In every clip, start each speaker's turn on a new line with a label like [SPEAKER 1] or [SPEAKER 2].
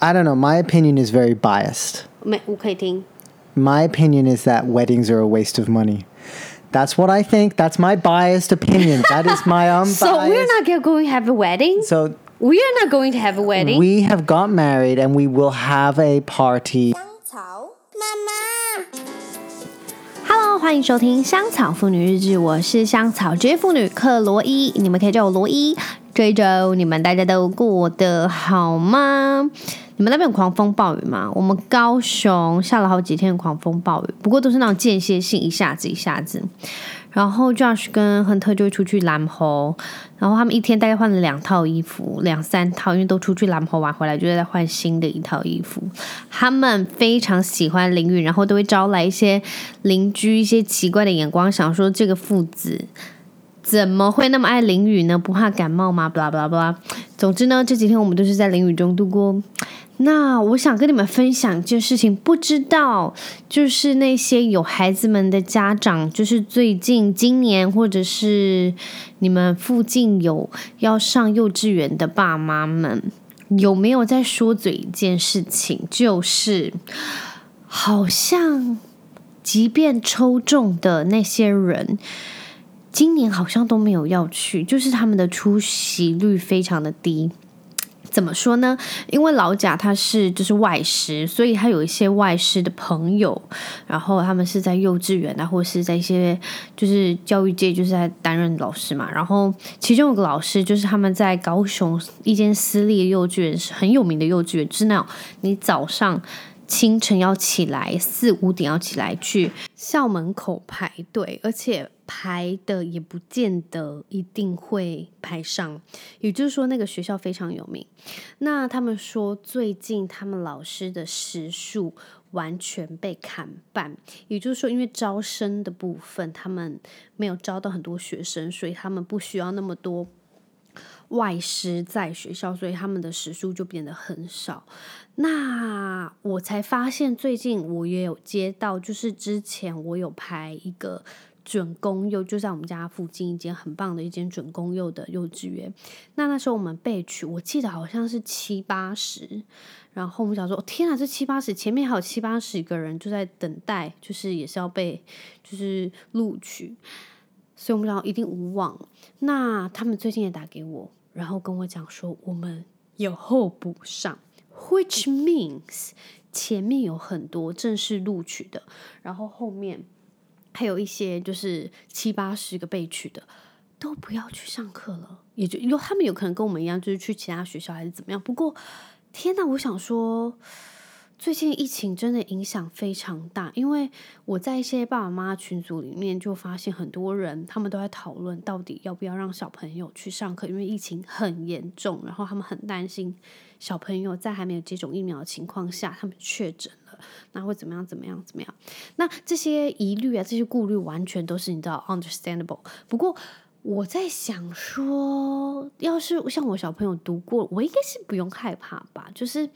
[SPEAKER 1] I don't know. My opinion is very biased.
[SPEAKER 2] 没，我可以听。
[SPEAKER 1] My opinion is that weddings are a waste of money. That's what I think. That's my biased opinion. That is my unbiased.
[SPEAKER 2] So we're not get- going to have a wedding.
[SPEAKER 1] So
[SPEAKER 2] We are not going to have a wedding.
[SPEAKER 1] we have got married and we will have a party.
[SPEAKER 3] 香草妈妈。
[SPEAKER 2] Hello，欢迎收听《香草妇女日志》，我是香草职业妇女克罗伊，你们可以叫我罗伊。这一周你们大家都过得好吗？你们那边有狂风暴雨吗？我们高雄下了好几天的狂风暴雨，不过都是那种间歇性，一下子一下子。然后 Josh 跟亨特就会出去蓝猴，然后他们一天大概换了两套衣服，两三套，因为都出去蓝猴玩回来，就再换新的一套衣服。他们非常喜欢淋雨，然后都会招来一些邻居一些奇怪的眼光，想说这个父子怎么会那么爱淋雨呢？不怕感冒吗？blah blah blah。总之呢，这几天我们都是在淋雨中度过。那我想跟你们分享一件事情，不知道就是那些有孩子们的家长，就是最近今年或者是你们附近有要上幼稚园的爸妈们，有没有在说嘴一件事情，就是好像即便抽中的那些人，今年好像都没有要去，就是他们的出席率非常的低。怎么说呢？因为老贾他是就是外师，所以他有一些外师的朋友，然后他们是在幼稚园啊，或是在一些就是教育界就是在担任老师嘛。然后其中有个老师就是他们在高雄一间私立幼稚园是很有名的幼稚园，就是那种你早上清晨要起来四五点要起来去校门口排队，而且排的也不见得一定会排上。也就是说，那个学校非常有名。那他们说，最近他们老师的时数完全被砍半，也就是说，因为招生的部分，他们没有招到很多学生，所以他们不需要那么多外师在学校，所以他们的时数就变得很少。那我才发现，最近我也有接到，就是之前我有拍一个准公幼，就在我们家附近一间很棒的一间准公幼的幼稚园。那那时候我们被取，我记得好像是七八十，然后我们想说，哦、天啊，这七八十前面还有七八十个人就在等待，就是也是要被就是录取，所以我们想一定无望。那他们最近也打给我，然后跟我讲说我们有候补上，which means 前面有很多正式录取的，然后后面还有一些就是七八十个被取的，都不要去上课了，也就有他们有可能跟我们一样，就是去其他学校还是怎么样。不过，天呐，我想说，最近疫情真的影响非常大，因为我在一些爸爸妈妈群组里面就发现很多人他们都在讨论到底要不要让小朋友去上课，因为疫情很严重，然后他们很担心小朋友在还没有接种疫苗的情况下，他们确诊了，那会怎么样？怎么样？怎么样？那这些疑虑啊，这些顾虑完全都是你知道 understandable。不过我在想说，要是像我小朋友读过，我应该是不用害怕吧。就是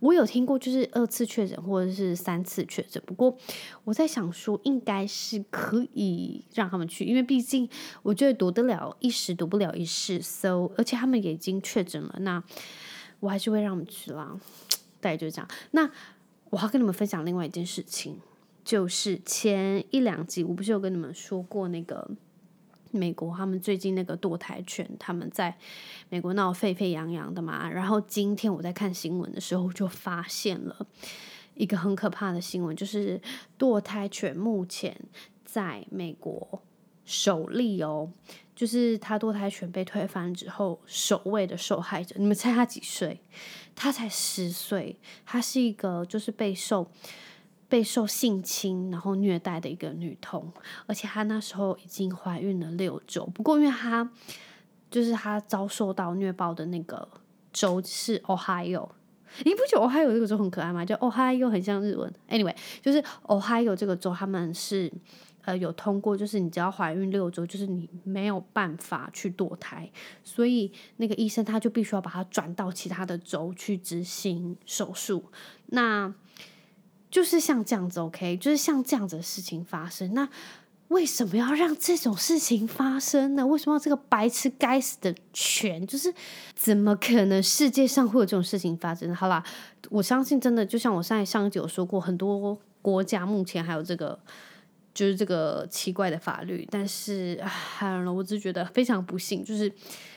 [SPEAKER 2] 我有听过，就是二次确诊或者是三次确诊。不过我在想说，应该是可以让他们去，因为毕竟我觉得躲得了一时，躲不了一世。So，而且他们也已经确诊了，那我还是会让他们去啦。大概就是这样。那我要跟你们分享另外一件事情，就是前一两集我不是有跟你们说过那个美国他们最近那个堕胎权，他们在美国闹得沸沸扬扬的嘛。然后今天我在看新闻的时候就发现了一个很可怕的新闻，就是堕胎权目前在美国首例哦，就是他堕胎权被推翻之后，首位的受害者，你们猜他几岁？他才十岁，她是一个就是备受备受性侵然后虐待的一个女童，而且她那时候已经怀孕了六周。不过因为她就是她遭受到虐暴的那个州是 Ohio，你不觉得 Ohio 这个州很可爱吗？就 Ohio 很像日文。Anyway，就是 Ohio 这个州他们是。呃，有通过，就是你只要怀孕六周，就是你没有办法去堕胎，所以那个医生他就必须要把它转到其他的州去执行手术。那就是像这样子，OK，就是像这样子的事情发生。那为什么要让这种事情发生呢？为什么要这个白痴该死的权？就是怎么可能世界上会有这种事情发生？好啦，我相信真的，就像我上上一集有说过，很多国家目前还有这个。就是这个奇怪的法律，但是还有呢，我只是觉得非常不幸，就是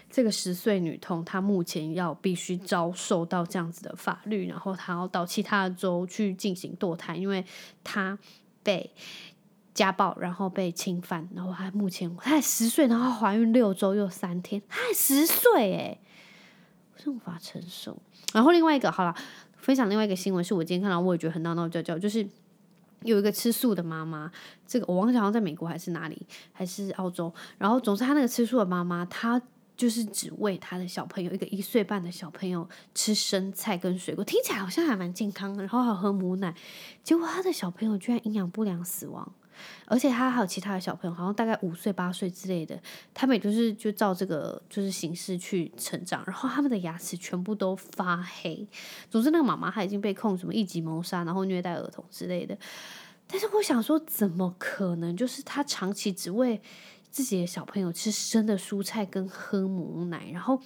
[SPEAKER 2] 这个十岁女童她目前要必须遭受到这样子的法律，然后她要到其他的州去进行堕胎，因为她被家暴，然后被侵犯，然后她目前她才十岁，然后怀孕六周又三天，她才十岁诶，我是无法承受。然后另外一个好了，分享另外一个新闻是我今天看到，我也觉得很闹闹叫叫，就是。有一个吃素的妈妈，这个我忘记好像在美国还是哪里，还是澳洲。然后，总之，她那个吃素的妈妈，她就是只喂她的小朋友，一个一岁半的小朋友吃生菜跟水果，听起来好像还蛮健康的。然后还有喝母奶，结果她的小朋友居然营养不良死亡。而且她还有其他的小朋友，好像大概五岁、八岁之类的，他们也就是就照这个就是形式去成长，然后他们的牙齿全部都发黑。总之，那个妈妈她已经被控什么一级谋杀，然后虐待儿童之类的。但是我想说，怎么可能？就是他长期只喂自己的小朋友吃生的蔬菜跟喝母奶，然后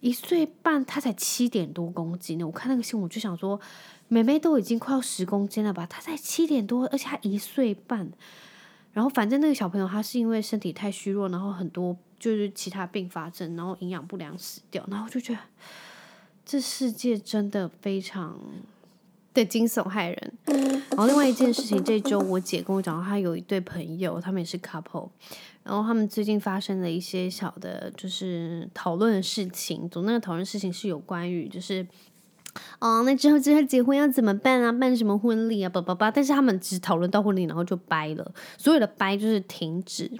[SPEAKER 2] 一岁半他才七点多公斤呢。我看那个新闻，我就想说，妹妹都已经快要十公斤了吧？她才七点多，而且她一岁半。然后反正那个小朋友他是因为身体太虚弱，然后很多就是其他并发症，然后营养不良死掉。然后我就觉得这世界真的非常的惊悚骇人。然后另外一件事情，这周我姐跟我讲，她有一对朋友，他们也是 couple，然后他们最近发生了一些小的，就是讨论的事情。总那个讨论事情是有关于就是。哦，那之后之后结婚要怎么办啊？办什么婚礼啊？叭叭叭！但是他们只讨论到婚礼，然后就掰了，所有的掰就是停止。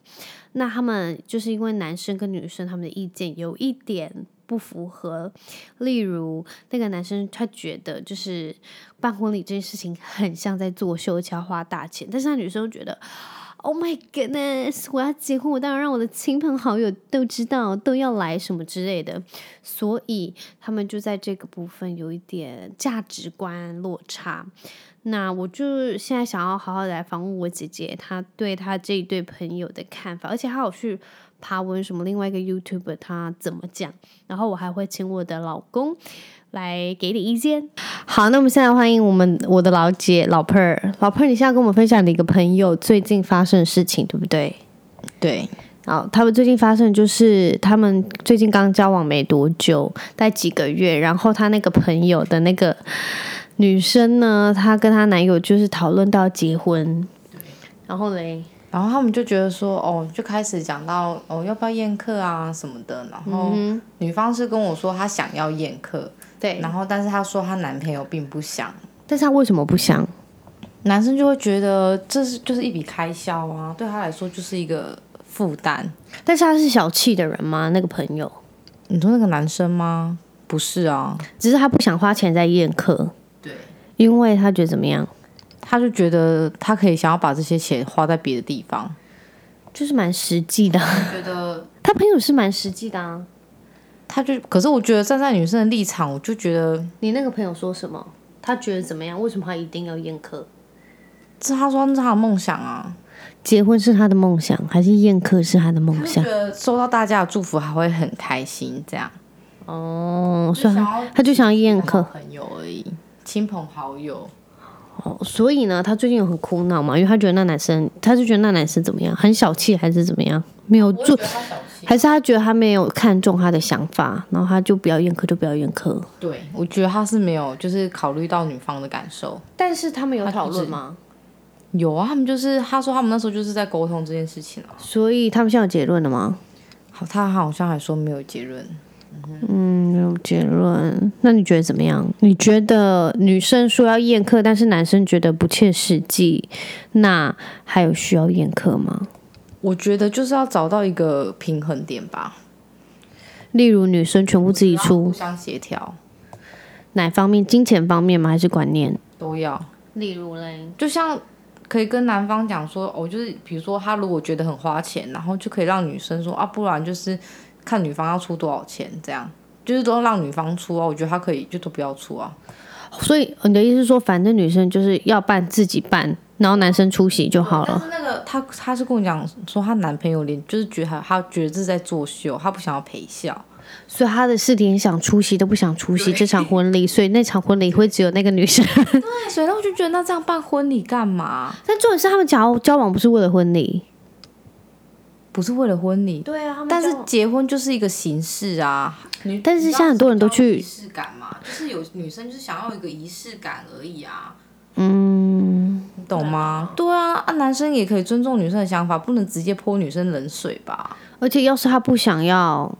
[SPEAKER 2] 那他们就是因为男生跟女生他们的意见有一点不符合，例如那个男生他觉得就是办婚礼这件事情很像在作秀，而且要花大钱，但是那女生觉得。Oh my goodness！我要结婚，我当然让我的亲朋好友都知道，都要来什么之类的，所以他们就在这个部分有一点价值观落差。那我就现在想要好好地来访问我姐姐，她对她这一对朋友的看法，而且她有去爬文什么另外一个 YouTuber 她怎么讲，然后我还会请我的老公来给你意见。好，那我们现在欢迎我们我的老姐老佩儿，老佩儿，你现在跟我们分享你一个朋友最近发生的事情，对不对？
[SPEAKER 4] 对，
[SPEAKER 2] 哦，他们最近发生的就是他们最近刚交往没多久，待几个月，然后她那个朋友的那个女生呢，她跟她男友就是讨论到结婚，然后嘞，
[SPEAKER 4] 然后他们就觉得说，哦，就开始讲到哦，要不要宴客啊什么的。然后女方是跟我说她想要宴客，
[SPEAKER 2] 对
[SPEAKER 4] 然后但是她说她男朋友并不想，
[SPEAKER 2] 但是她为什么不想？
[SPEAKER 4] 男生就会觉得这是就是一笔开销啊，对他来说就是一个负担。
[SPEAKER 2] 但是她是小气的人吗？那个朋友，
[SPEAKER 4] 你说那个男生吗？不是啊，
[SPEAKER 2] 只是她不想花钱在宴客，
[SPEAKER 4] 对，
[SPEAKER 2] 因为她觉得怎么样，
[SPEAKER 4] 他就觉得他可以想要把这些钱花在别的地方，
[SPEAKER 2] 就是蛮实际的。
[SPEAKER 4] 觉得
[SPEAKER 2] 她朋友是蛮实际的啊。
[SPEAKER 4] 他就，可是我觉得站在女生的立场，我就觉得
[SPEAKER 2] 你那个朋友说什么？她觉得怎么样？为什么她一定要宴客？
[SPEAKER 4] 这他说那是他的梦想啊，
[SPEAKER 2] 结婚是她的梦想，还是宴客是她的梦
[SPEAKER 4] 就
[SPEAKER 2] 想
[SPEAKER 4] 觉？得收到大家的祝福还会很开心，这样。
[SPEAKER 2] 哦，所以
[SPEAKER 4] 想
[SPEAKER 2] 她
[SPEAKER 4] 要
[SPEAKER 2] 她就想要宴
[SPEAKER 4] 好
[SPEAKER 2] 客。
[SPEAKER 4] 朋友而已，亲朋好友，
[SPEAKER 2] 哦所以呢，她最近有很苦恼嘛，因为她觉得那男生，她就觉得那男生怎么样，很小气还是怎么样，没有做，
[SPEAKER 4] 他小气。
[SPEAKER 2] 还是她觉得他没有看中她的想法，然后她就不要宴客，就不要宴客。
[SPEAKER 4] 对，我觉得他是没有，就是考虑到女方的感受。
[SPEAKER 2] 但是他们有
[SPEAKER 4] 讨论
[SPEAKER 2] 吗？
[SPEAKER 4] 有啊，他们就是他说他们那时候就是在沟通这件事情啊。
[SPEAKER 2] 所以他们现在有结论了吗？
[SPEAKER 4] 好，他好像还说没有结论。
[SPEAKER 2] 没有结论。那你觉得怎么样？你觉得女生说要宴客，但是男生觉得不切实际，那还有需要宴客吗？
[SPEAKER 4] 我觉得就是要找到一个平衡点吧，
[SPEAKER 2] 例如女生全部自己
[SPEAKER 4] 互
[SPEAKER 2] 出，
[SPEAKER 4] 相协调
[SPEAKER 2] 哪方面？金钱方面吗？还是观念？
[SPEAKER 4] 都要。
[SPEAKER 2] 例如嘞，
[SPEAKER 4] 就像可以跟男方讲说，哦，就是比如说他如果觉得很花钱，然后就可以让女生说啊，不然就是看女方要出多少钱，这样就是都让女方出啊。我觉得他可以就都不要出啊，
[SPEAKER 2] 呃所以你的意思是说，反正女生就是要办自己办，然后男生出席就好
[SPEAKER 4] 但
[SPEAKER 2] 了。
[SPEAKER 4] 是那个她她是跟我讲说，她男朋友连就是觉得她觉得这是在作秀，她不想要陪笑。
[SPEAKER 2] 所以他的是连想出席都不想出席这场婚礼，所以那场婚礼会只有那个女生。
[SPEAKER 4] 对，所以我就觉得那这样办婚礼干嘛？
[SPEAKER 2] 但重点是他们交交往不是为了婚礼，
[SPEAKER 4] 不是为了婚礼，
[SPEAKER 2] 对啊，
[SPEAKER 4] 但是结婚就是一个形式啊。你
[SPEAKER 2] 但是现在很多人都去
[SPEAKER 4] 你知道什么叫仪式感嘛，就是有女生就是想要一个仪式感而已啊，
[SPEAKER 2] 嗯，
[SPEAKER 4] 你懂吗？对啊，啊男生也可以尊重女生的想法，不能直接泼女生冷水吧？
[SPEAKER 2] 而且要是他不想要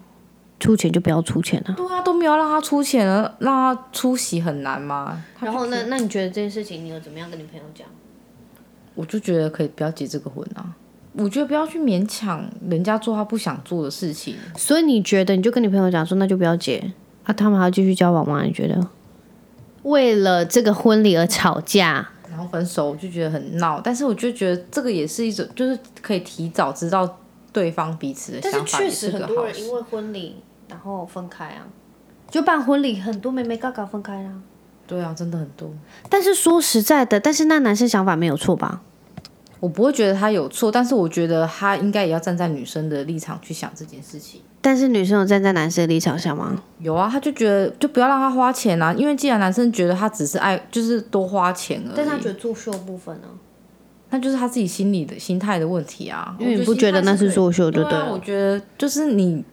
[SPEAKER 2] 出钱，就不要出钱啊。
[SPEAKER 4] 对啊，都没有让她出钱了，让她出席很难吗？
[SPEAKER 2] 然后那那你觉得这件事情，你有怎么样跟你朋友讲？
[SPEAKER 4] 我就觉得可以不要结这个婚啊。我觉得不要去勉强人家做他不想做的事情，
[SPEAKER 2] 所以你觉得你就跟你朋友讲说，那就不要结啊，他们还要继续交往吗？你觉得？为了这个婚礼而吵架，
[SPEAKER 4] 然后分手，我就觉得很闹。但是我就觉得这个也是一种，就是可以提早知道对方彼此的想法，也是个好事。
[SPEAKER 2] 为婚礼然后分开啊，就办婚礼很多妹妹嘎嘎分开啦、
[SPEAKER 4] 对啊，真的很多。
[SPEAKER 2] 但是说实在的，但是那男生想法没有错吧？
[SPEAKER 4] 我不会觉得他有错，但是我觉得他应该也要站在女生的立场去想这件事情。
[SPEAKER 2] 但是女生有站在男生的立场上吗？
[SPEAKER 4] 有啊，他就觉得就不要让他花钱啊，因为既然男生觉得他只是爱，就是多花钱而已，
[SPEAKER 2] 作秀部分呢、
[SPEAKER 4] 那就是他自己心理的心态的问题啊。
[SPEAKER 2] 因为
[SPEAKER 4] 我
[SPEAKER 2] 你不觉得那是
[SPEAKER 4] 心态可以
[SPEAKER 2] 作秀就
[SPEAKER 4] 对
[SPEAKER 2] 对
[SPEAKER 4] 啊，
[SPEAKER 2] 了
[SPEAKER 4] 我觉得就是你，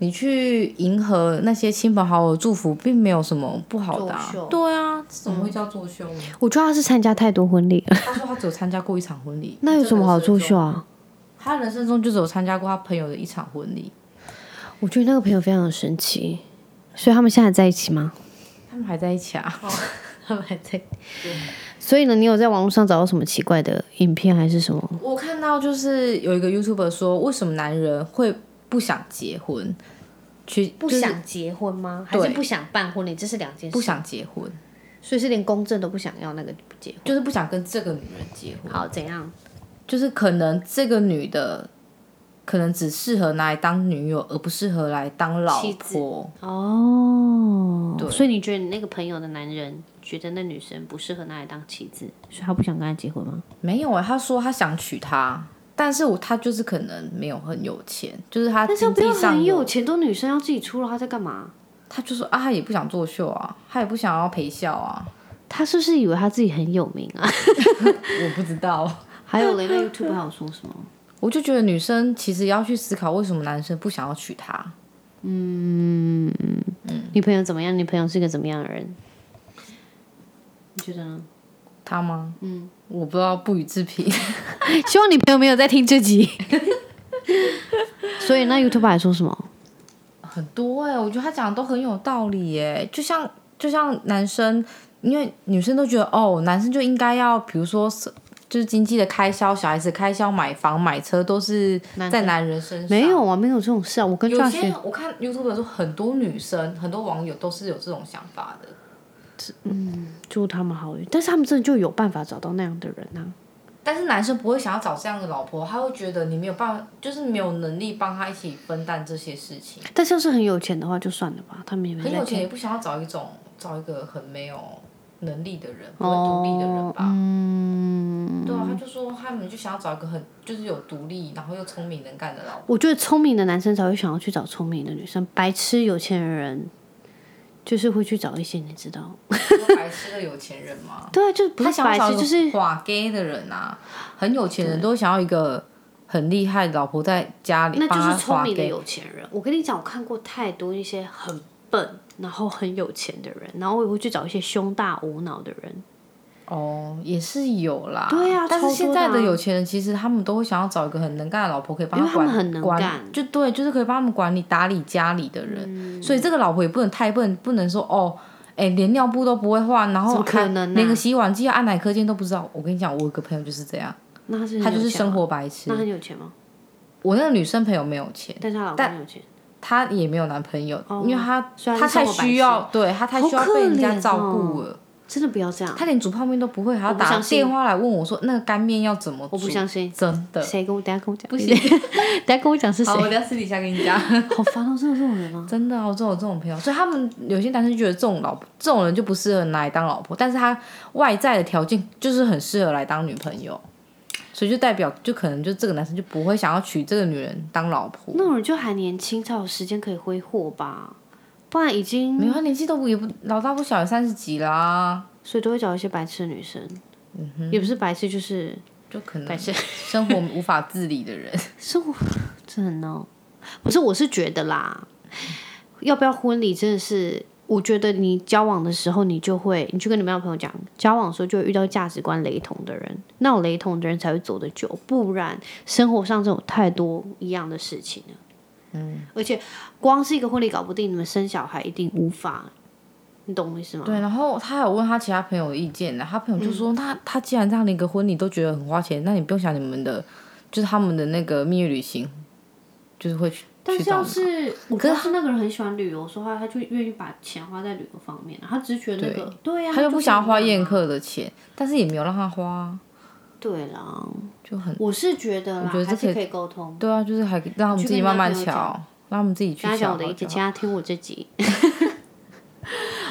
[SPEAKER 4] 你去迎合那些亲朋好友的祝福，并没有什么不好的、啊
[SPEAKER 2] 作秀。
[SPEAKER 4] 对啊，这怎么会叫作秀呢？
[SPEAKER 2] 我觉得他是参加太多婚礼了，
[SPEAKER 4] 他说他只有参加过一场婚礼，
[SPEAKER 2] 那有什么好作秀啊？
[SPEAKER 4] 他人生中就只有参加过他朋友的一场婚礼。
[SPEAKER 2] 我觉得那个朋友非常的神奇，所以他们现在在一起吗？
[SPEAKER 4] 他们还在一起啊？
[SPEAKER 2] 他们还在。所以呢，你有在网络上找到什么奇怪的影片还是什么？
[SPEAKER 4] 我看到就是有一个 YouTuber 说，为什么男人会不想结婚？去就是
[SPEAKER 2] 结婚吗？
[SPEAKER 4] 还是不
[SPEAKER 2] 想办婚礼？这是两件事。
[SPEAKER 4] 不，想结婚，
[SPEAKER 2] 所以是连公证都不想要那个结婚。
[SPEAKER 4] 就是不想跟这个女人结婚。
[SPEAKER 2] 好，怎样？
[SPEAKER 4] 就是可能这个女的，可能只适合拿来当女友，而不适合来当老
[SPEAKER 2] 妻子
[SPEAKER 4] 婆。
[SPEAKER 2] 哦，
[SPEAKER 4] 对
[SPEAKER 2] 所以你觉得你那个朋友的男人觉得那女生不适合拿来当妻子，所以他不想跟她结婚吗？
[SPEAKER 4] 没有啊，他说他想娶她，但是我他就是可能没有很有钱，就是他
[SPEAKER 2] 但是
[SPEAKER 4] 经
[SPEAKER 2] 不
[SPEAKER 4] 济
[SPEAKER 2] 要
[SPEAKER 4] 上
[SPEAKER 2] 很有，钱，都女生要自己出了，她在干嘛？
[SPEAKER 4] 他就说啊，他也不想作秀啊，他也不想要陪笑啊，
[SPEAKER 2] 她是不是以为她自己很有名啊？
[SPEAKER 4] 我不知道。
[SPEAKER 2] 还有嘞，那 YouTube 还有说什么？
[SPEAKER 4] 我就觉得女生其实要去思考，为什么男生不想要娶她？
[SPEAKER 2] 你朋友怎么样？你朋友是个怎么样的人？你觉得呢？
[SPEAKER 4] 他吗？嗯，我不知道，不予置评。
[SPEAKER 2] 希望你朋友没有在听这集。 所以那 YouTube 还说什么？
[SPEAKER 4] 很多哎、我觉得他讲的都很有道理耶、就像就像男生，因为女生都觉得哦，男生就应该要，比如说是就是经济的开销，小孩子开销、买房、买车都是
[SPEAKER 2] 男生
[SPEAKER 4] 在男人身上。
[SPEAKER 2] 没有啊，没有这种事啊！我跟
[SPEAKER 4] 有
[SPEAKER 2] Josh
[SPEAKER 4] 些人我看 YouTube 说，很多女生、很多网友都是有这种想法的。
[SPEAKER 2] 祝他们好运，但是他们真的就有办法找到那样的人啊。
[SPEAKER 4] 但是男生不会想要找这样的老婆，他会觉得你没有办法，就是没有能力帮他一起分担这些事情。
[SPEAKER 2] 但是要是很有钱的话，就算了吧，他们也没
[SPEAKER 4] 很
[SPEAKER 2] 在
[SPEAKER 4] 有钱也
[SPEAKER 2] 听。
[SPEAKER 4] 不想要找一种找一个很没有能力的人，不会独立的人吧？
[SPEAKER 2] 哦嗯，
[SPEAKER 4] 对啊，他就说他们就想要找一个很就是有独立，然后又聪明能干的老婆。
[SPEAKER 2] 我觉得聪明的男生才会想要去找聪明的女生，白痴有钱人就是会去找一些你知道，
[SPEAKER 4] 说白痴的有钱人
[SPEAKER 2] ，
[SPEAKER 4] 嘛
[SPEAKER 2] 对啊，就是不
[SPEAKER 4] 他
[SPEAKER 2] 是
[SPEAKER 4] 想要
[SPEAKER 2] 白
[SPEAKER 4] 找
[SPEAKER 2] 痴
[SPEAKER 4] 一个
[SPEAKER 2] 就是
[SPEAKER 4] 寡 gay 的人啊，很有钱人都想要一个很厉害的老婆在家里
[SPEAKER 2] 那
[SPEAKER 4] 帮
[SPEAKER 2] 就
[SPEAKER 4] 他
[SPEAKER 2] 是聪
[SPEAKER 4] 寡
[SPEAKER 2] 明的
[SPEAKER 4] gay。
[SPEAKER 2] 有钱人。我跟你讲，我看过太多一些很笨，然后很有钱的人，然后我也会去找一些胸大无脑的人。
[SPEAKER 4] 哦，也是有啦。
[SPEAKER 2] 对啊
[SPEAKER 4] 但是
[SPEAKER 2] 超多
[SPEAKER 4] 现在
[SPEAKER 2] 的
[SPEAKER 4] 的
[SPEAKER 2] 啊
[SPEAKER 4] 有钱人其实他们都会想要找一个很能干的老婆，可以帮
[SPEAKER 2] 因为他
[SPEAKER 4] 管
[SPEAKER 2] 们很能
[SPEAKER 4] 管
[SPEAKER 2] 干嗯
[SPEAKER 4] 就对，就是可以帮他们管理打理家里的人。所以这个老婆也不能太笨，不能说哦。哎、连尿布都不会换，然后
[SPEAKER 2] 怎么可
[SPEAKER 4] 按
[SPEAKER 2] 能啊
[SPEAKER 4] 连个洗碗机、按哪颗键都不知道。我跟你讲，我有个朋友就是这样，
[SPEAKER 2] 那他是
[SPEAKER 4] 她
[SPEAKER 2] 很
[SPEAKER 4] 就
[SPEAKER 2] 有
[SPEAKER 4] 是
[SPEAKER 2] 钱
[SPEAKER 4] 生
[SPEAKER 2] 吗，
[SPEAKER 4] 活白痴
[SPEAKER 2] 那。很有钱吗？
[SPEAKER 4] 我那个女生朋友没有钱，
[SPEAKER 2] 但是她老公
[SPEAKER 4] 但
[SPEAKER 2] 很有钱，
[SPEAKER 4] 她也没有男朋友，因为她
[SPEAKER 2] 哦虽然
[SPEAKER 4] 她
[SPEAKER 2] 是生
[SPEAKER 4] 太
[SPEAKER 2] 活白痴
[SPEAKER 4] 需要，对她太需要
[SPEAKER 2] 好可
[SPEAKER 4] 被人家
[SPEAKER 2] 怜
[SPEAKER 4] 照
[SPEAKER 2] 哦
[SPEAKER 4] 顾了。
[SPEAKER 2] 真的不要这样
[SPEAKER 4] 他。连煮泡面都不会，还要
[SPEAKER 2] 不
[SPEAKER 4] 打
[SPEAKER 2] 相信
[SPEAKER 4] 电话来问我说那个干面要怎么煮？
[SPEAKER 2] 我不相信
[SPEAKER 4] 真的。
[SPEAKER 2] 谁跟我等下跟我讲？不行， 等下跟我讲是谁
[SPEAKER 4] 好，？我等下私底下跟 你讲。
[SPEAKER 2] 好烦哦，真的有这种人啊！
[SPEAKER 4] 真的、哦，我就有这种朋友，所以他们有些男生觉得这种老婆这种人就不适合拿来当老婆，但是他外在的条件就是很适合来当女朋友，所以就代表就可能就这个男生就不会想要娶这个女人当老婆，
[SPEAKER 2] 那种人就还年轻，才有时间可以挥霍吧，不然已经
[SPEAKER 4] 没有他啊年纪都不也不老大不小，也三十几啦，
[SPEAKER 2] 所以都会找一些白痴的女生，
[SPEAKER 4] 嗯
[SPEAKER 2] 也不是白痴，就是
[SPEAKER 4] 就可能生活无法自理的人，
[SPEAKER 2] 生活 真的很闹。不是，我是觉得啦，要不要婚礼真的是，我觉得你交往的时候，你就会，你去跟你们的朋友讲，交往的时候就会遇到价值观雷同的人，那种雷同的人才会走得久，不然生活上这种太多一样的事情了。嗯，而且光是一个婚礼搞不定，你们生小孩一定无法，你懂我意思吗？
[SPEAKER 4] 对，然后他有问他其他朋友的意见呢，他
[SPEAKER 2] 嗯
[SPEAKER 4] 朋友就说，那他既然这样的一个婚礼都觉得很花钱，那你不用想你们的，就是他们的那个蜜月旅行，就是会去。
[SPEAKER 2] 但
[SPEAKER 4] 去
[SPEAKER 2] 是
[SPEAKER 4] 找
[SPEAKER 2] 要
[SPEAKER 4] 你
[SPEAKER 2] 是我哥是那个人很喜欢旅游说话，他就愿意把钱花在旅游方面啊，他只是觉得那个对呀、啊
[SPEAKER 4] 他又不想要花宴
[SPEAKER 2] 客。
[SPEAKER 4] 客的钱，但是也没有让他花啊，
[SPEAKER 2] 对啦，
[SPEAKER 4] 就很
[SPEAKER 2] 我是觉得啦，
[SPEAKER 4] 觉得这
[SPEAKER 2] 还是
[SPEAKER 4] 可
[SPEAKER 2] 可
[SPEAKER 4] 以
[SPEAKER 2] 以沟通。
[SPEAKER 4] 对啊，就是还让他们自己慢慢
[SPEAKER 2] 去跟他朋友
[SPEAKER 4] 瞧，让他们自己去
[SPEAKER 2] 跟他讲
[SPEAKER 4] 瞧
[SPEAKER 2] 我的意见，
[SPEAKER 4] 就
[SPEAKER 2] 请
[SPEAKER 4] 好。
[SPEAKER 2] 他听我这 集。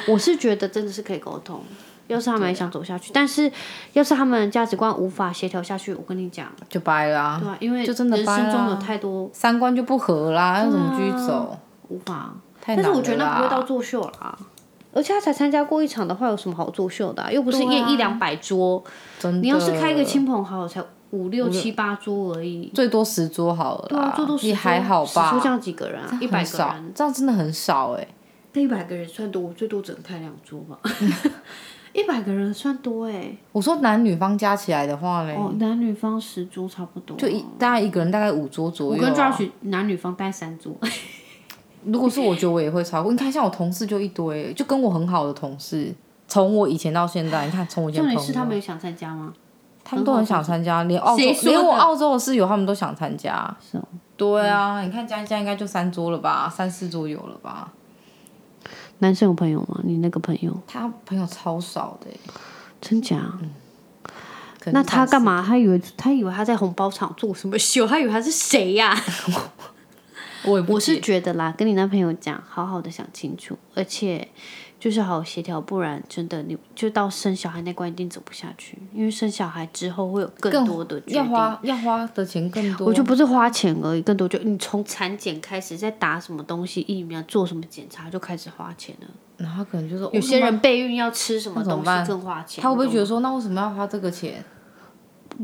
[SPEAKER 2] 我是觉得真的是可以沟通，要是他
[SPEAKER 4] 啊
[SPEAKER 2] 们还想走下去，但是要是他们价值观无法协调下去，我跟你讲，
[SPEAKER 4] 就掰啦、
[SPEAKER 2] 对啊，因为
[SPEAKER 4] 就真的
[SPEAKER 2] 人
[SPEAKER 4] 掰啊
[SPEAKER 2] 生中有
[SPEAKER 4] 啦，
[SPEAKER 2] 太多
[SPEAKER 4] 三观就不合啦，要怎么继续走？
[SPEAKER 2] 无法。
[SPEAKER 4] 太
[SPEAKER 2] 但是
[SPEAKER 4] 难了啦
[SPEAKER 2] 我觉得那不会到作秀啦。而且他才参加过一场的话，有什么好作秀的啊、又不是宴一两百桌，
[SPEAKER 4] 真的，
[SPEAKER 2] 你要是开个亲朋好友，才五六七八桌而已。
[SPEAKER 4] 最多十桌好了啦，
[SPEAKER 2] 对啊，最多十
[SPEAKER 4] 也
[SPEAKER 2] 桌
[SPEAKER 4] 还好吧，
[SPEAKER 2] 十桌这样几个人啊，一百
[SPEAKER 4] 很
[SPEAKER 2] 个
[SPEAKER 4] 少
[SPEAKER 2] 人，，
[SPEAKER 4] 这样真的很少哎、
[SPEAKER 2] 那一百个人算多，我最多只能开两桌吧。一百个人算多哎、
[SPEAKER 4] 我说男女方加起来的话嘞，
[SPEAKER 2] 哦，男女方十桌差不多。
[SPEAKER 4] 就一大概一个人大概五桌左
[SPEAKER 2] 我
[SPEAKER 4] 右啊、
[SPEAKER 2] 跟 Josh 男女方带三桌，
[SPEAKER 4] 如果是我觉得我也会超过，你看像我同事就一堆，就跟我很好的同事，从我以前到现在，你看从我以前
[SPEAKER 2] 重
[SPEAKER 4] 朋
[SPEAKER 2] 点
[SPEAKER 4] 友，
[SPEAKER 2] 是他们有想参加吗？
[SPEAKER 4] 他们都很想参加，连澳洲
[SPEAKER 2] 谁说的
[SPEAKER 4] 连我澳洲的室友他们都想参加。
[SPEAKER 2] 是哦
[SPEAKER 4] 对啊，你看加一加应该就三桌了吧，三四桌有了吧？
[SPEAKER 2] 男生有朋友吗？你那个朋友
[SPEAKER 4] 他朋友超少的欸、欸
[SPEAKER 2] 真假？
[SPEAKER 4] 可能
[SPEAKER 2] 那他
[SPEAKER 4] 三四
[SPEAKER 2] 干？嘛？他以为他以为他在红包场做什么秀？他以为他是谁呀、
[SPEAKER 4] 我也不
[SPEAKER 2] 我是
[SPEAKER 4] 解
[SPEAKER 2] 觉得啦，跟你男朋友讲，好好的想清楚，而且就是好好协调，不然真的你就到生小孩那关一定走不下去，因为生小孩之后会有更多的决
[SPEAKER 4] 要
[SPEAKER 2] 定。
[SPEAKER 4] 花要花的钱更多，
[SPEAKER 2] 我就不是花钱而已，更多就你从产检开始，再打什么东西疫苗，做什么检查就开始花钱了。
[SPEAKER 4] 然后他可能就说
[SPEAKER 2] 有些。
[SPEAKER 4] 哦
[SPEAKER 2] 人备孕要吃什么
[SPEAKER 4] 那怎
[SPEAKER 2] 东
[SPEAKER 4] 么
[SPEAKER 2] 西
[SPEAKER 4] 办
[SPEAKER 2] 更花钱，
[SPEAKER 4] 他会不会觉得
[SPEAKER 2] 你懂
[SPEAKER 4] 说，那为什么要花这个钱？
[SPEAKER 2] 吗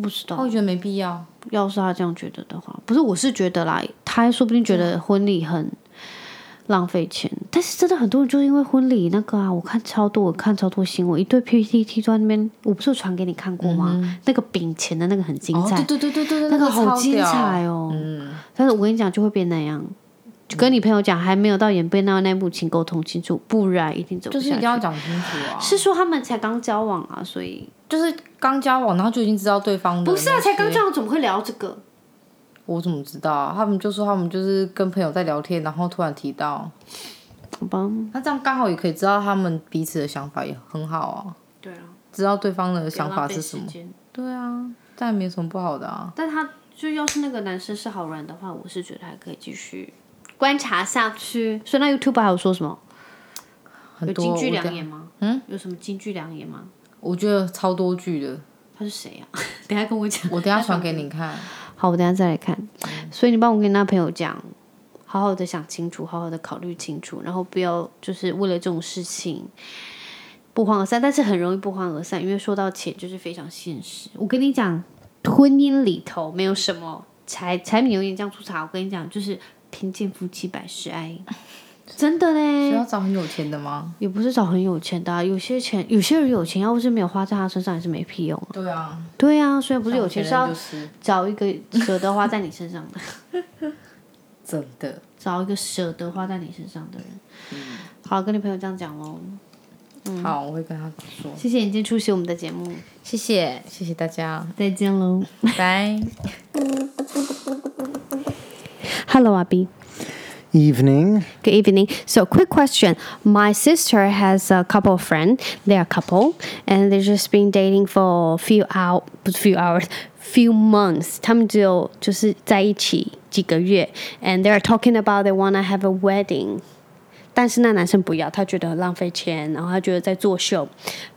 [SPEAKER 2] 不知
[SPEAKER 4] 他
[SPEAKER 2] 道
[SPEAKER 4] 会？觉得没必要。
[SPEAKER 2] 要是他这样觉得的话，不是，我是觉得啦，他说不定觉得婚礼很浪费钱，但是真的很多人就是因为婚礼那个啊，我看超多，我看超多新闻，一堆 PPT 在那边，我不是有传给你看过吗？那个饼钱的那个很精
[SPEAKER 4] 哦，
[SPEAKER 2] 彩，
[SPEAKER 4] 对对对对对对，
[SPEAKER 2] 那个
[SPEAKER 4] 个
[SPEAKER 2] 好
[SPEAKER 4] 超
[SPEAKER 2] 精
[SPEAKER 4] 屌
[SPEAKER 2] 彩哦。
[SPEAKER 4] 嗯，
[SPEAKER 2] 但是我跟你讲，就会变那样。就跟你朋友讲，还没有到演变到那一步，请沟通清楚，不然一定走不
[SPEAKER 4] 就是一
[SPEAKER 2] 下
[SPEAKER 4] 定
[SPEAKER 2] 去。
[SPEAKER 4] 要讲清楚啊。
[SPEAKER 2] 是说他们才刚交往啊，所以
[SPEAKER 4] 就是刚交往，然后就已经知道对方的
[SPEAKER 2] 不是啊，
[SPEAKER 4] 那些
[SPEAKER 2] 才刚交往怎么会聊这个？
[SPEAKER 4] 我怎么知道啊？他们就说他们就是跟朋友在聊天，然后突然提到，
[SPEAKER 2] 好吧，
[SPEAKER 4] 那这样刚好也可以知道他们彼此的想法，也很好啊，
[SPEAKER 2] 对啊，
[SPEAKER 4] 知道对方的
[SPEAKER 2] 不要
[SPEAKER 4] 想
[SPEAKER 2] 浪
[SPEAKER 4] 法
[SPEAKER 2] 费
[SPEAKER 4] 是什
[SPEAKER 2] 时
[SPEAKER 4] 么。
[SPEAKER 2] 间
[SPEAKER 4] 对啊，但没什么不好的啊。
[SPEAKER 2] 但他就要是那个男生是好人的话，我是觉得还可以继续观察下
[SPEAKER 4] 嗯
[SPEAKER 2] 去。所以那 YouTube 还有说什么？
[SPEAKER 4] 很
[SPEAKER 2] 有
[SPEAKER 4] 多
[SPEAKER 2] 金句
[SPEAKER 4] 我觉
[SPEAKER 2] 良
[SPEAKER 4] 得
[SPEAKER 2] 言吗？嗯，有什么金句良言吗？
[SPEAKER 4] 我觉得超多句的，
[SPEAKER 2] 他是谁呀、啊？ 等一下跟我讲。
[SPEAKER 4] 我等一下传给你看。
[SPEAKER 2] 好，我等一下再来看。
[SPEAKER 4] 嗯
[SPEAKER 2] 所以你帮我跟那朋友讲，好好的想清楚，好好的考虑清楚，然后不要就是为了这种事情不欢而散。但是很容易不欢而散，因为说到钱就是非常现实。我跟你讲，婚姻里头没有什么柴柴米油盐酱醋茶。我跟你讲，就是贫贱夫妻百事哀，真的嘞
[SPEAKER 4] 你。要找很有钱的吗？
[SPEAKER 2] 也不是找很有钱的、啊，有些钱，有些人有钱，要是没有花在他身上，也是没屁用、啊。
[SPEAKER 4] 对啊，
[SPEAKER 2] 对啊，虽然不是有
[SPEAKER 4] 有
[SPEAKER 2] 钱，是
[SPEAKER 4] 人
[SPEAKER 2] 要
[SPEAKER 4] 就是
[SPEAKER 2] 找一个舍得花在你身上的。
[SPEAKER 4] 真的。
[SPEAKER 2] 找一个舍得花在你身上的人。好，跟你朋友这样讲喽。
[SPEAKER 4] 好，我会跟他说。
[SPEAKER 2] 谢谢你今天出席我们的节目，
[SPEAKER 4] 嗯谢谢，谢谢大家，
[SPEAKER 2] 再见喽。
[SPEAKER 4] 拜。
[SPEAKER 2] Hello，阿 B，
[SPEAKER 1] 以 evening.
[SPEAKER 2] Good evening. So, quick question. My sister has a couple of friends. They are a couple, and they've just been dating for a few hours, few hours, few months. 他们只有就是在一起几个月 and they're talking about they want to have a wedding. 但是那男生不要，他觉得很浪费钱，然后他觉得在作秀。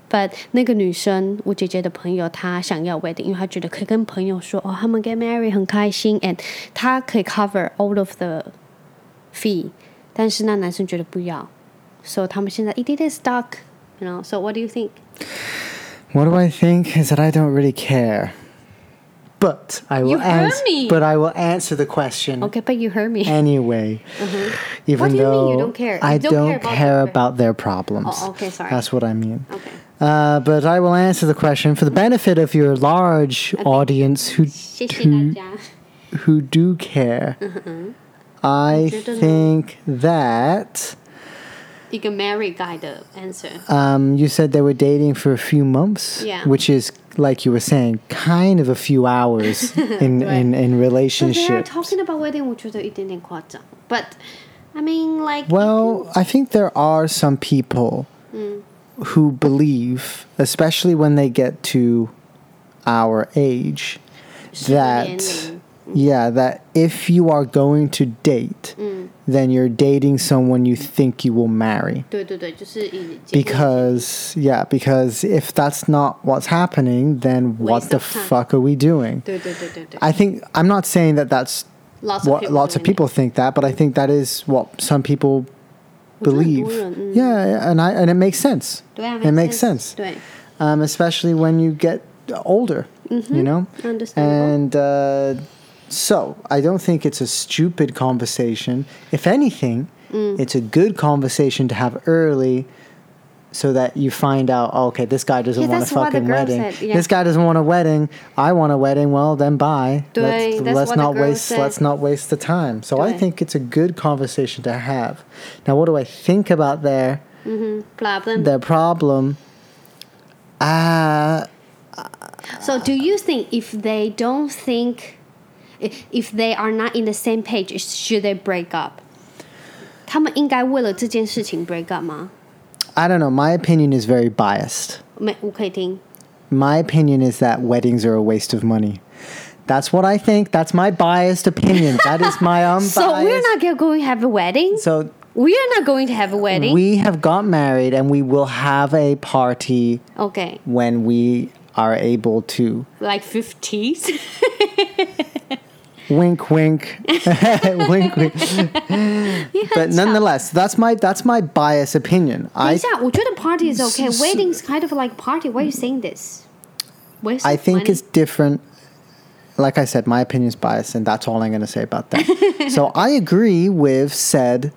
[SPEAKER 2] But 那个女生，我姐姐的朋友，她想要 wedding，因为她觉得可以跟朋友说，哦，他们 get married 很开心，and 她可以 cover all of the fee，但是那男生觉得不要，so 他们现在 it is stuck，you know，so what do you think？
[SPEAKER 1] What do I think is that I don't really care. But I will
[SPEAKER 5] You heard
[SPEAKER 1] ans-
[SPEAKER 5] me.
[SPEAKER 1] But I will answer the question
[SPEAKER 2] Okay，but you heard me。
[SPEAKER 1] anyway. Even
[SPEAKER 5] Mm-hmm. What do you
[SPEAKER 1] though
[SPEAKER 5] mean you don't care?
[SPEAKER 1] I
[SPEAKER 5] You don't care
[SPEAKER 1] don't
[SPEAKER 5] about
[SPEAKER 1] care
[SPEAKER 5] their-
[SPEAKER 1] about their problems.
[SPEAKER 5] Oh, okay, sorry.
[SPEAKER 1] That's what I mean.
[SPEAKER 5] Okay.
[SPEAKER 1] Uh, but I will answer the question for the benefit of your large audience who
[SPEAKER 5] 谢谢大家。
[SPEAKER 1] who do care.
[SPEAKER 5] Mm-hmm.
[SPEAKER 1] I think that
[SPEAKER 5] 一个 Mary guy 的 answer，
[SPEAKER 1] um, you said they were dating for a few months,
[SPEAKER 5] Yeah.
[SPEAKER 1] which is like you were saying, kind of a few hours in in, in
[SPEAKER 5] But Oh， they are
[SPEAKER 1] relationship.
[SPEAKER 5] talking about wedding，我觉得一点点夸张。But I mean like
[SPEAKER 1] Well, I think there are some people
[SPEAKER 5] Hmm.
[SPEAKER 1] who believe, especially when they get to our age, that
[SPEAKER 5] ending. Hmm.
[SPEAKER 1] yeah, that if you are going to date,
[SPEAKER 5] Hmm.
[SPEAKER 1] then you're dating someone you think you will marry.
[SPEAKER 5] 对对对，就是以结婚
[SPEAKER 1] Because yeah, because if that's not what's happening, then what
[SPEAKER 5] Waste
[SPEAKER 1] the
[SPEAKER 5] of time.
[SPEAKER 1] fuck are we doing?
[SPEAKER 5] 对对对对对
[SPEAKER 1] I think I'm not saying that that's
[SPEAKER 5] Lots of
[SPEAKER 1] what
[SPEAKER 5] people
[SPEAKER 1] lots of
[SPEAKER 5] doing it.
[SPEAKER 1] people think that, but I think that is what some people believe.
[SPEAKER 5] 很多人，嗯。
[SPEAKER 1] Yeah, and mm. I and it makes sense.
[SPEAKER 5] 对啊
[SPEAKER 1] it makes sense.
[SPEAKER 5] 对
[SPEAKER 1] Um, especially when you get older, you know.
[SPEAKER 5] Mm-hmm. Understandable.
[SPEAKER 1] And uh, so I don't think it's a stupid conversation. If anything,
[SPEAKER 5] Mm.
[SPEAKER 1] it's a good conversation to have early. So that you find out, oh, okay, this guy doesn't
[SPEAKER 5] Yeah,
[SPEAKER 1] want a
[SPEAKER 5] that's what the
[SPEAKER 1] fucking
[SPEAKER 5] girl
[SPEAKER 1] wedding.
[SPEAKER 5] said, yeah.
[SPEAKER 1] This guy doesn't want a wedding. I want a wedding. Well, then bye.
[SPEAKER 5] Doi,
[SPEAKER 1] let's
[SPEAKER 5] that's
[SPEAKER 1] let's
[SPEAKER 5] what the
[SPEAKER 1] not
[SPEAKER 5] girl
[SPEAKER 1] waste.
[SPEAKER 5] said.
[SPEAKER 1] Let's not waste the time. So I
[SPEAKER 5] Doi.
[SPEAKER 1] think it's a good conversation to have. Now, what do I think about there?
[SPEAKER 5] problem.
[SPEAKER 1] their problem. Uh,
[SPEAKER 5] So do you think if they don't think if they are not in the same page, should they break up? 他们应该为了这件事情 break up 吗？
[SPEAKER 1] I don't know. My opinion is very biased.
[SPEAKER 5] 没，我可以听。
[SPEAKER 1] My opinion is that weddings are a waste of money. That's what I think. That's my biased opinion. that is my unbiased.
[SPEAKER 5] So we're not going to have a wedding.
[SPEAKER 1] So
[SPEAKER 5] We are not going to have a wedding.
[SPEAKER 1] we have got married, and we will have a party
[SPEAKER 5] okay,
[SPEAKER 1] when we are able to.
[SPEAKER 5] like fifties.
[SPEAKER 1] Wink, wink, wink, wink. but nonetheless, that's my that's my biased opinion.
[SPEAKER 5] 等一
[SPEAKER 1] I
[SPEAKER 5] 下，我觉得 party is okay.
[SPEAKER 1] 是是
[SPEAKER 5] Wedding is kind of like party. Why are you saying this? Waste
[SPEAKER 1] I
[SPEAKER 5] of
[SPEAKER 1] think
[SPEAKER 5] money.
[SPEAKER 1] it's different. Like I said, my opinion's biased, and that's all I'm going to say about that. so I agree with said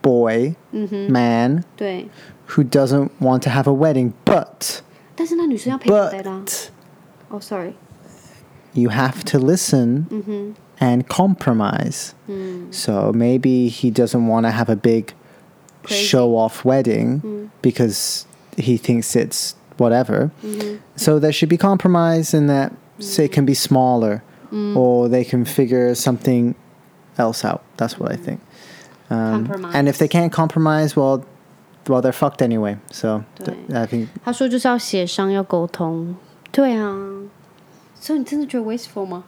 [SPEAKER 1] boy, man,
[SPEAKER 5] 对，
[SPEAKER 1] who doesn't want to have a wedding, but
[SPEAKER 5] 但是那女生要陪我的啦。
[SPEAKER 1] but
[SPEAKER 5] Oh, sorry.
[SPEAKER 1] you have to listen
[SPEAKER 5] Mm-hmm.
[SPEAKER 1] and compromise.
[SPEAKER 5] Mm.
[SPEAKER 1] So maybe he doesn't want to have a big
[SPEAKER 5] Crazy. Mm.
[SPEAKER 1] show off wedding because he thinks it's whatever.
[SPEAKER 5] Mm-hmm.
[SPEAKER 1] So there should be compromise in that say it can be smaller
[SPEAKER 5] Mm.
[SPEAKER 1] or they can figure something else out. That's what I think.
[SPEAKER 5] Mm.
[SPEAKER 1] Um,
[SPEAKER 5] Compromise.
[SPEAKER 1] And if they can't compromise, well, well, they're fucked anyway. So th-
[SPEAKER 5] Right.
[SPEAKER 1] I think
[SPEAKER 5] 他说就是要协商，要沟通。对啊，所以你真的觉得 wasteful 吗？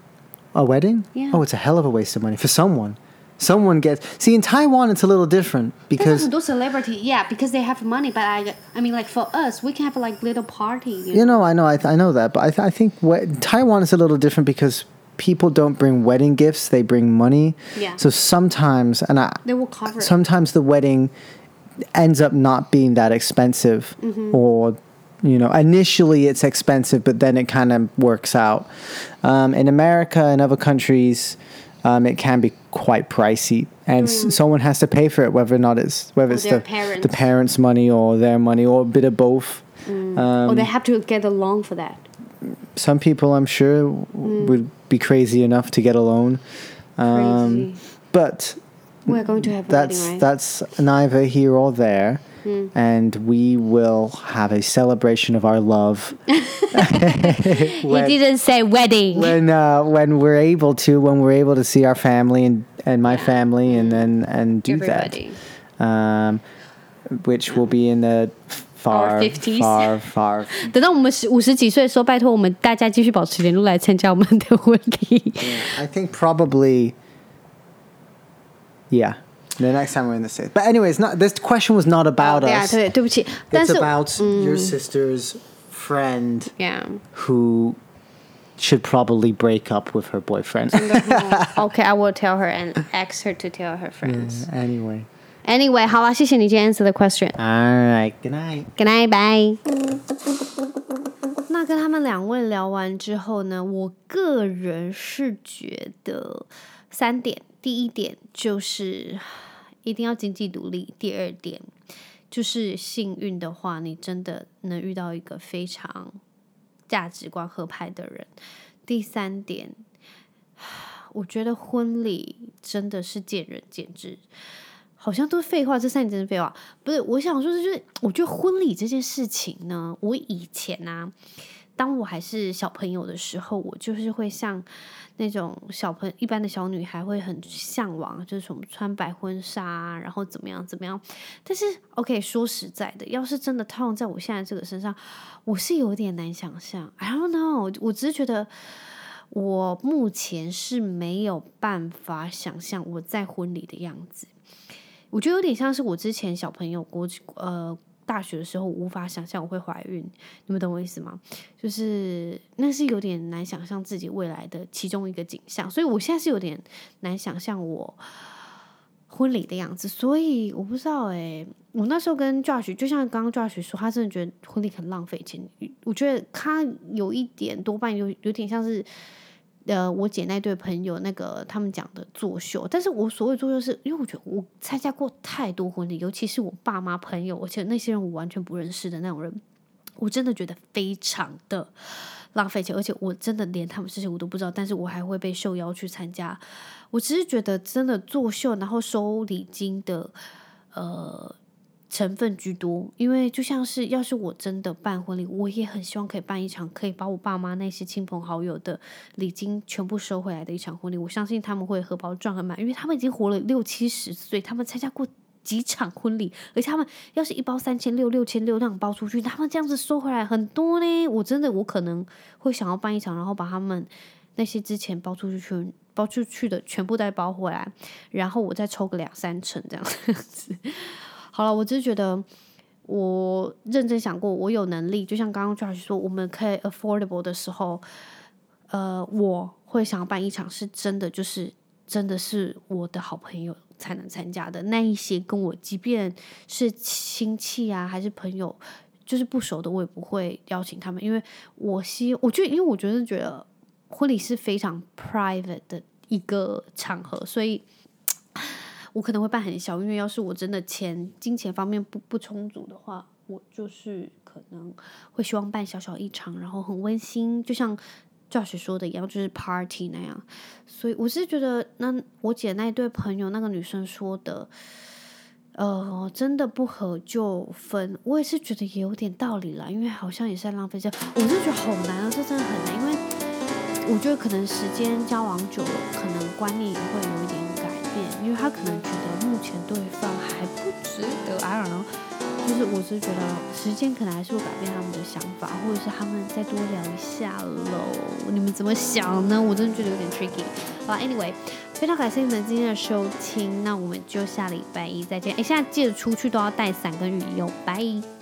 [SPEAKER 1] A wedding?
[SPEAKER 5] Yeah.
[SPEAKER 1] Oh, it's a hell of a waste of money for someone. Someone gets. See, in Taiwan, it's a little different
[SPEAKER 5] 但是
[SPEAKER 1] because
[SPEAKER 5] 很多 celebrity, yeah, because they have money. But I, I mean, like for us, we can have like little party.
[SPEAKER 1] you
[SPEAKER 5] You know?
[SPEAKER 1] know, I know, I, th- I know that, but I, th- I think wed- Taiwan is a little different because people don't bring wedding gifts; they bring money.
[SPEAKER 5] Yeah.
[SPEAKER 1] So sometimes, and I
[SPEAKER 5] They will cover it.
[SPEAKER 1] sometimes the wedding ends up not being that expensive,
[SPEAKER 5] Mm-hmm.
[SPEAKER 1] or you know, initially it's expensive, but then it kind of works out. Um, in America and other countries, um, it can be quite pricey, and s- someone has to pay for it, whether or not it's whether it's
[SPEAKER 5] Mm-hmm. their
[SPEAKER 1] the the
[SPEAKER 5] parents.
[SPEAKER 1] parents' money or their money or a bit of both. Um,
[SPEAKER 5] or they have to get along for that.
[SPEAKER 1] Some people, I'm sure, w would be crazy enough to get a loan,
[SPEAKER 5] Crazy.
[SPEAKER 1] but
[SPEAKER 5] We're going to have a
[SPEAKER 1] that's
[SPEAKER 5] wedding, right?
[SPEAKER 1] that's neither here or there and we will have a celebration of our love
[SPEAKER 2] He didn't say wedding.
[SPEAKER 1] when uh, when we're able to when we're able to see our family and and my family and then and do
[SPEAKER 2] everybody.
[SPEAKER 1] that, um, which will be in the far
[SPEAKER 2] 50s.
[SPEAKER 1] far far
[SPEAKER 2] 等到我们十五十几岁的时候，拜托我们大家继续保持联络来参加我们的婚礼。
[SPEAKER 1] I think probably. Yeah, the next time we're in the states. But anyways, not this question was not about
[SPEAKER 5] Oh,
[SPEAKER 2] 对啊，
[SPEAKER 1] us.
[SPEAKER 2] 对，对不起，但
[SPEAKER 1] It's
[SPEAKER 2] 是
[SPEAKER 1] about your sister's friend
[SPEAKER 2] ，Yeah，OK，I
[SPEAKER 1] who should probably break up with her boyfriend.
[SPEAKER 2] will tell her and ask her to tell her friends.
[SPEAKER 1] anyway,
[SPEAKER 2] Anyway，好啦，啊谢谢你今天 answer the question。
[SPEAKER 1] all right. Good night.
[SPEAKER 2] Good night, bye。那跟他们两位聊完之后呢，我个人是觉得三点：第一点就是一定要经济独立；第二点就是幸运的话，你真的能遇到一个非常价值观合拍的人；第三点，我觉得婚礼真的是见仁见智。好像都是废话，这三点真是废话。不是，我想说的就是，我觉得婚礼这件事情呢，我以前啊，当我还是小朋友的时候，我就是会像那种小朋一般的小女孩，会很向往，就是什么穿白婚纱啊，然后怎么样怎么样。但是，OK，说实在的，要是真的套用在我现在这个身上，我是有点难想象。I don't know，我只是觉得。我目前是没有办法想象我在婚礼的样子，我觉得有点像是我之前小朋友国呃大学的时候无法想象我会怀孕，你们懂我意思吗？就是那是有点难想象自己未来的其中一个景象，所以我现在是有点难想象我婚礼的样子，所以我不知道诶、我那时候跟 Josh 就像刚刚 Josh 说，他真的觉得婚礼很浪费钱，我觉得他有一点多半有有点像是呃，我姐那对朋友那个他们讲的作秀，但是我所谓作秀是因为我觉得我参加过太多婚礼，尤其是我爸妈朋友，而且那些人我完全不认识的那种人，我真的觉得非常的浪费钱，而且我真的连他们是谁我都不知道，但是我还会被受邀去参加。我只是觉得真的作秀，然后收礼金的呃成分居多，因为就像是要是我真的办婚礼，我也很希望可以办一场可以把我爸妈那些亲朋好友的礼金全部收回来的一场婚礼。我相信他们会荷包赚很满，因为他们已经活了六七十岁，他们参加过。几场婚礼，而且他们要是一包三千六、六千六那样包出去，他们这样子收回来很多呢。我真的，我可能会想要办一场，然后把他们那些之前包出去全包出去的全部再包回来，然后我再抽个两三成这样子。好了，我只是觉得我认真想过，我有能力，就像刚刚 Josh 说，我们可以 affordable 的时候，呃，我会想要办一场是真的，就是真的是我的好朋友才能参加的那一些，跟我即便是亲戚啊，还是朋友。就是不熟的，我也不会邀请他们，因为我希，我觉得，因为我觉得觉得婚礼是非常 private 的一个场合，所以我可能会办很小，因为要是我真的钱金钱方面不不充足的话，我就是可能会希望办小小一场，然后很温馨，就像 Josh 说的一样，就是 party 那样。所以我是觉得，那我姐那一对朋友那个女生说的，呃，真的不合就分，我也是觉得也有点道理啦，因为好像也是在浪费这，我就觉得好难啊，这真的很难，因为。我觉得可能时间交往久了，可能观念也会有一点改变，因为他可能觉得目前对方还不值得，I don't know。就是我是觉得时间可能还是会改变他们的想法，或者是他们再多聊一下喽。你们怎么想呢？我真的觉得有点 tricky。好，anyway，非常感谢你们今天的收听，那我们就下礼拜一再见。哎，现在记得出去都要带伞跟雨衣哦，拜。